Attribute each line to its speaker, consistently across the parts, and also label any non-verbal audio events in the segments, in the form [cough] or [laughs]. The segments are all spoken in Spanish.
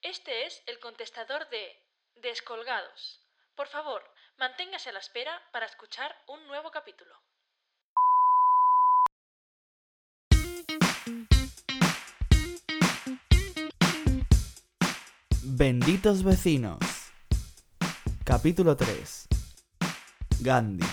Speaker 1: Este es el contestador de Descolgados. Por favor, manténgase a la espera para escuchar un nuevo capítulo.
Speaker 2: Benditos vecinos. Capítulo 3. Gandhi.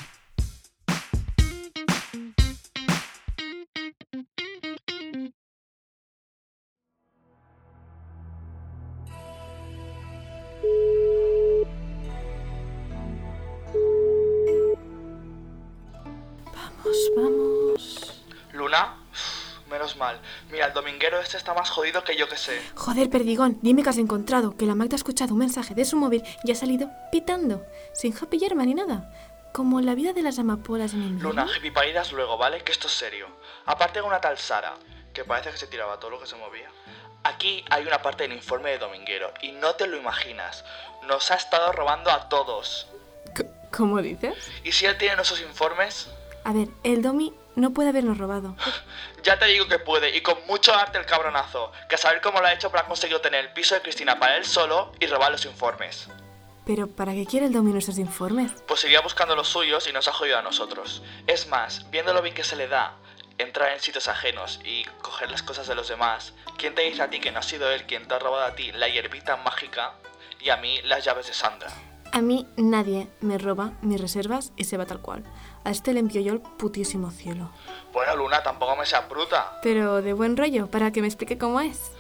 Speaker 3: Vamos, Pues vamos.
Speaker 4: ¿Luna? Uf, Menos mal. Mira, el dominguero este está más jodido que yo que sé.
Speaker 3: Joder, perdigón, dime que has encontrado, que la Magda ha escuchado un mensaje de su móvil y ha salido pitando, sin happy yerma ni nada. Como la vida de las amapolas en el mundo.
Speaker 4: Luna, hippiparidas luego, ¿vale? Que esto es serio. Aparte de una tal Sara, que parece que se tiraba todo lo que se movía. Aquí hay una parte del informe de Dominguero, y no te lo imaginas. Nos ha estado robando a todos.
Speaker 3: C- ¿Cómo dices?
Speaker 4: ¿Y si él tiene nuestros informes?
Speaker 3: A ver, el Domi no puede habernos robado.
Speaker 4: Ya te digo que puede, y con mucho arte el cabronazo. Que a saber cómo lo ha hecho, pero ha conseguido tener el piso de Cristina para él solo y robar los informes.
Speaker 3: Pero ¿para qué quiere el Domi nuestros informes?
Speaker 4: Pues iría buscando los suyos y nos ha jodido a nosotros. Es más, viendo lo bien que se le da entrar en sitios ajenos y coger las cosas de los demás, ¿quién te dice a ti que no ha sido él quien te ha robado a ti la hierbita mágica y a mí las llaves de Sandra?
Speaker 3: A mí nadie me roba mis reservas y se va tal cual. A este le envío yo el putísimo cielo.
Speaker 4: Bueno, Luna, tampoco me seas bruta.
Speaker 3: Pero de buen rollo, para que me explique cómo es.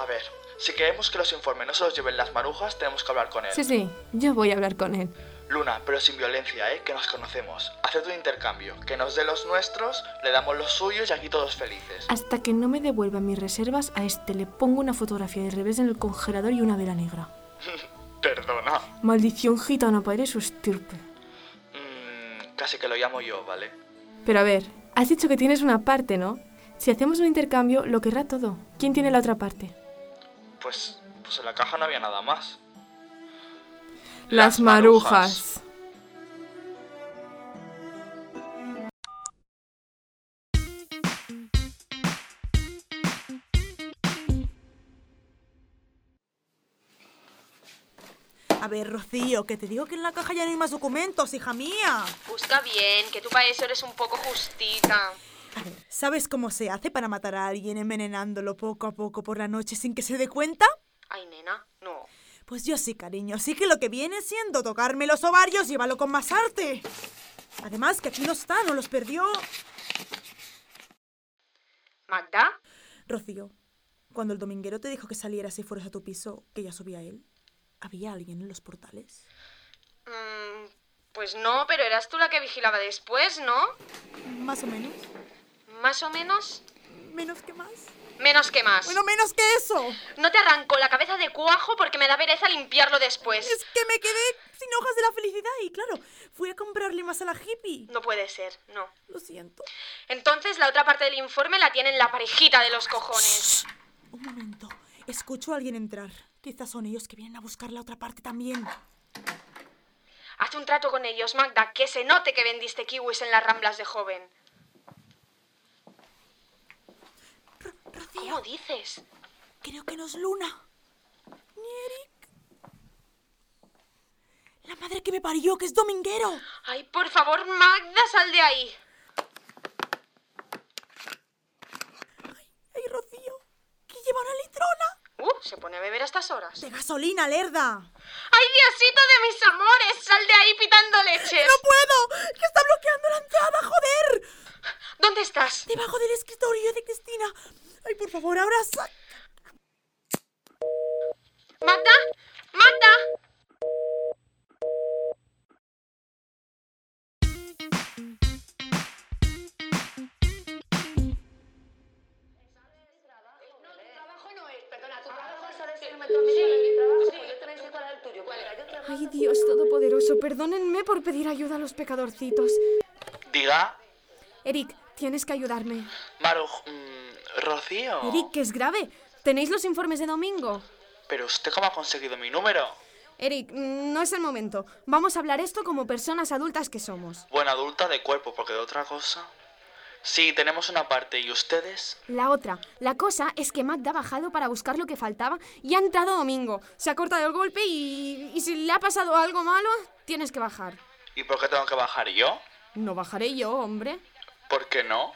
Speaker 4: A ver, si queremos que los informes no se los lleven las marujas, tenemos que hablar con él.
Speaker 3: Sí, sí, yo voy a hablar con él.
Speaker 4: Luna, pero sin violencia, ¿eh? Que nos conocemos. Haced un intercambio. Que nos dé los nuestros, le damos los suyos y aquí todos felices.
Speaker 3: Hasta que no me devuelvan mis reservas, a este le pongo una fotografía de revés en el congelador y una vela negra. Ah.
Speaker 4: [laughs] Perdona.
Speaker 3: Maldición gitana para su estirpe.
Speaker 4: Mm, casi que lo llamo yo, ¿vale?
Speaker 3: Pero a ver, has dicho que tienes una parte, ¿no? Si hacemos un intercambio, lo querrá todo. ¿Quién tiene la otra parte?
Speaker 4: Pues, pues en la caja no había nada más.
Speaker 3: Las marujas.
Speaker 5: A ver, Rocío, que te digo que en la caja ya no hay más documentos, hija mía.
Speaker 6: Busca bien, que tú para eso eres un poco justita.
Speaker 5: ¿Sabes cómo se hace para matar a alguien envenenándolo poco a poco por la noche sin que se dé cuenta?
Speaker 6: Ay, nena, no.
Speaker 5: Pues yo sí, cariño. Así que lo que viene siendo tocarme los ovarios, llévalo con más arte. Además, que aquí no está, no los perdió.
Speaker 6: Magda,
Speaker 5: Rocío, cuando el dominguero te dijo que salieras y fueras a tu piso, que ya subía él, ¿había alguien en los portales?
Speaker 6: mm, pues no, pero eras tú la que vigilaba después, ¿no?
Speaker 5: Más o menos.
Speaker 6: Más o menos,
Speaker 5: Menos que más.
Speaker 6: menos que más.
Speaker 5: Bueno, menos que eso.
Speaker 6: No te arranco la cabeza de cuajo porque me da pereza limpiarlo después.
Speaker 5: Es que me quedé sin hojas de la felicidad y claro, fui a comprarle más a la hippie.
Speaker 6: No puede ser, no.
Speaker 5: Lo siento.
Speaker 6: Entonces la otra parte del informe la tienen la parejita de los cojones.
Speaker 5: Un momento. Escucho a alguien entrar. Quizás son ellos que vienen a buscar la otra parte también.
Speaker 6: Haz un trato con ellos, Magda, que se note que vendiste kiwis en las ramblas de joven. ¿Cómo
Speaker 5: Rocío,
Speaker 6: dices?
Speaker 5: creo que no es Luna. Ni Eric. La madre que me parió, que es dominguero.
Speaker 6: Ay, por favor, Magda, sal de ahí.
Speaker 5: Ay, Rocío, que lleva una litrona.
Speaker 6: Uh, se pone a beber a estas horas.
Speaker 5: De gasolina, lerda.
Speaker 6: ¡Ay, Diosito de mis amores! ¡Sal de ahí pitando leches!
Speaker 5: ¡No puedo! ¡Que está bloqueando la entrada, joder!
Speaker 6: ¿Dónde estás?
Speaker 5: Debajo del escritorio de Cristina. Ay, por favor, ahora saca.
Speaker 6: ¿Magda? ¡Magda!
Speaker 7: Ay Dios Todopoderoso, perdónenme por pedir ayuda a los pecadorcitos.
Speaker 4: Diga,
Speaker 7: Eric, tienes que ayudarme.
Speaker 4: Maruj... mm, Rocío.
Speaker 7: Eric, que es grave. ¿Tenéis los informes de domingo?
Speaker 4: Pero usted cómo ha conseguido mi número.
Speaker 7: Eric, mm, no es el momento. Vamos a hablar esto como personas adultas que somos.
Speaker 4: Buena adulta de cuerpo, porque de otra cosa.
Speaker 8: Sí, tenemos una parte. ¿Y ustedes?
Speaker 3: La otra. La cosa es que Magda ha bajado para buscar lo que faltaba y ha entrado Domingo. Se ha cortado el golpe y, y si le ha pasado algo malo, tienes que bajar.
Speaker 8: ¿Y por qué tengo que bajar yo?
Speaker 3: No bajaré yo, hombre.
Speaker 8: ¿Por qué no?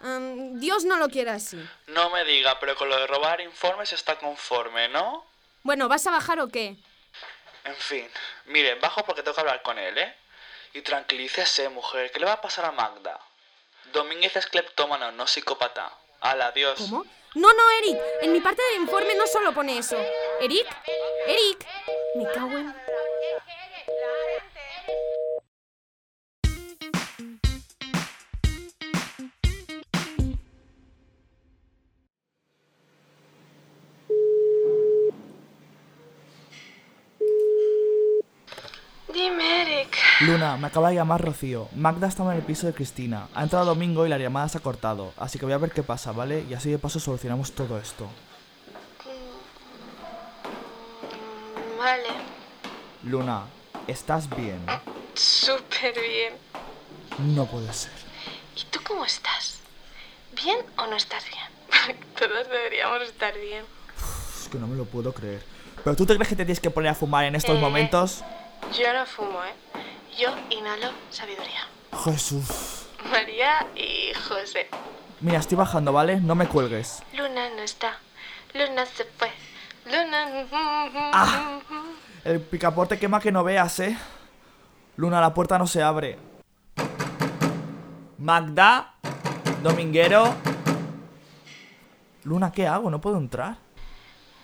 Speaker 3: Am, Dios no lo quiera así.
Speaker 8: No me diga, pero con lo de robar informes está conforme, ¿no?
Speaker 3: Bueno, ¿vas a bajar o qué?
Speaker 8: En fin, mire, bajo porque tengo que hablar con él, ¿eh? Y tranquilícese, mujer, ¿qué le va a pasar a Magda? Domínguez es cleptómano, no psicópata. Al adiós.
Speaker 3: ¿Cómo? No, no, Eric. En mi parte del informe no solo pone eso. Eric, Eric. Me cago en...
Speaker 6: Dime, Eric.
Speaker 2: Luna, me acaba de llamar Rocío. Magda estaba en el piso de Cristina. Ha entrado Domingo y la llamada se ha cortado. Así que voy a ver qué pasa, ¿vale? Y así de paso solucionamos todo esto.
Speaker 6: Vale,
Speaker 2: Luna, ¿estás bien?
Speaker 6: súper bien.
Speaker 2: No puede ser.
Speaker 6: ¿Y tú cómo estás? ¿Bien o no estás bien? [laughs] Todos deberíamos estar bien.
Speaker 2: Es que no me lo puedo creer. ¿Pero tú te crees que te tienes que poner a fumar en estos
Speaker 6: Eh.
Speaker 2: momentos?
Speaker 6: Yo no fumo, ¿eh? Yo inhalo sabiduría.
Speaker 2: Jesús.
Speaker 6: María y José.
Speaker 2: Mira, estoy bajando, ¿vale? No me cuelgues.
Speaker 6: Luna no está. Luna se fue. Luna. mm,
Speaker 2: Ah. El picaporte quema que no veas, ¿eh? Luna, la puerta no se abre. Magda, Dominguero. Luna, ¿qué hago? No puedo entrar.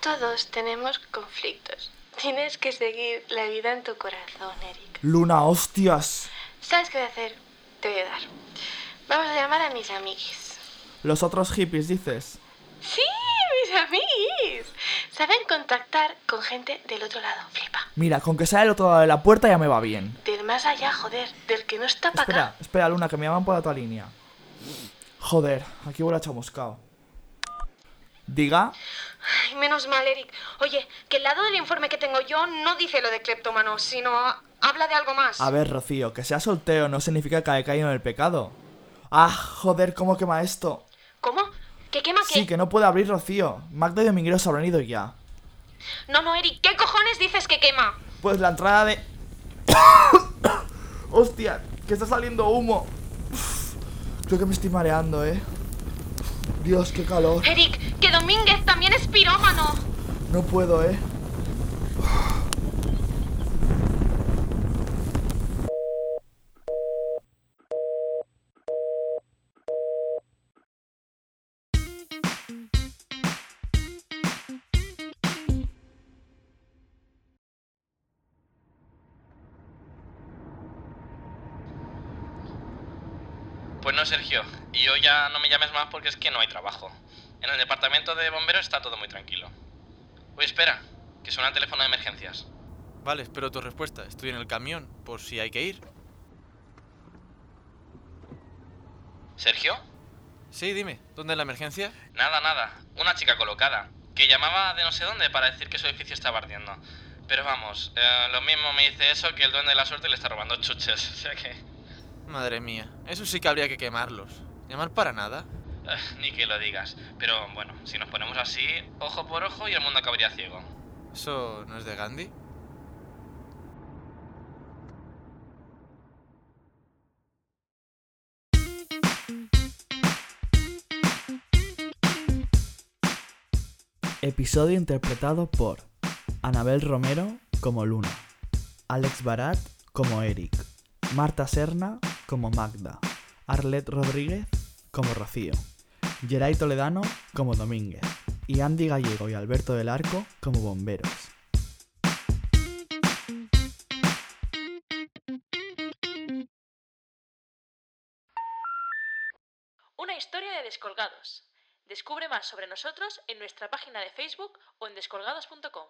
Speaker 6: Todos tenemos conflictos. Tienes que seguir la vida en tu corazón, Eric.
Speaker 2: Luna, hostias.
Speaker 6: ¿Sabes qué voy a hacer? Te voy a ayudar. Vamos a llamar a mis amiguis.
Speaker 2: Los otros hippies, dices.
Speaker 6: Sí, mis amiguis. Saben contactar con gente del otro lado. Flipa.
Speaker 2: Mira, con que sea del otro lado de la puerta ya me va bien.
Speaker 6: Del más allá, joder. Del que no está para acá.
Speaker 2: Espera, espera, Luna, que me llaman por otra línea. Joder, aquí huele a chamuscao. Diga,
Speaker 6: Ay, menos mal, Eric. Oye, que el lado del informe que tengo yo no dice lo de cleptómano, sino habla de algo más.
Speaker 2: a ver, Rocío, que sea soltero no significa que haya caído en el pecado. Ah, joder, cómo quema esto.
Speaker 6: ¿Cómo? ¿Qué quema qué?
Speaker 2: Sí, que no puede abrir Rocío. Magda y Dominguero se habrán ido ya.
Speaker 6: No, no, Eric, ¿qué cojones dices que quema?
Speaker 2: Pues la entrada de. [coughs] ¡Hostia! Que está saliendo humo. Uf, Creo que me estoy mareando, eh. Dios, qué calor.
Speaker 6: Eric, que Domínguez también es pirómano.
Speaker 2: No puedo, eh.
Speaker 4: Pues no, Sergio. Y yo ya no me llames más porque es que no hay trabajo. En el departamento de bomberos está todo muy tranquilo. Oye, espera, que suena el teléfono de emergencias.
Speaker 9: Vale, espero tu respuesta. Estoy en el camión, por si hay que ir.
Speaker 4: ¿Sergio?
Speaker 9: Sí, dime, ¿dónde es la emergencia?
Speaker 4: Nada, nada. Una chica colocada. Que llamaba de no sé dónde para decir que su edificio estaba ardiendo. Pero vamos, eh, lo mismo me dice eso que el duende de la suerte le está robando chuches. [laughs] O sea que... eh,
Speaker 9: Madre mía, eso sí que habría que quemarlos. ¿Llamar para nada?
Speaker 4: eh, ni que lo digas. Pero bueno, si nos ponemos así, ojo por ojo y el mundo acabaría ciego.
Speaker 9: ¿Eso no es de Gandhi?
Speaker 2: Episodio interpretado por Anabel Romero como Luna, Alex Barat como Eric, Marta Serna como Magda, Arlet Rodríguez como Rocío, Geray Toledano como Domínguez y Andy Gallego y Alberto del Arco como Bomberos.
Speaker 10: Una historia de descolgados. Descubre más sobre nosotros en nuestra página de Facebook o en descolgados.com.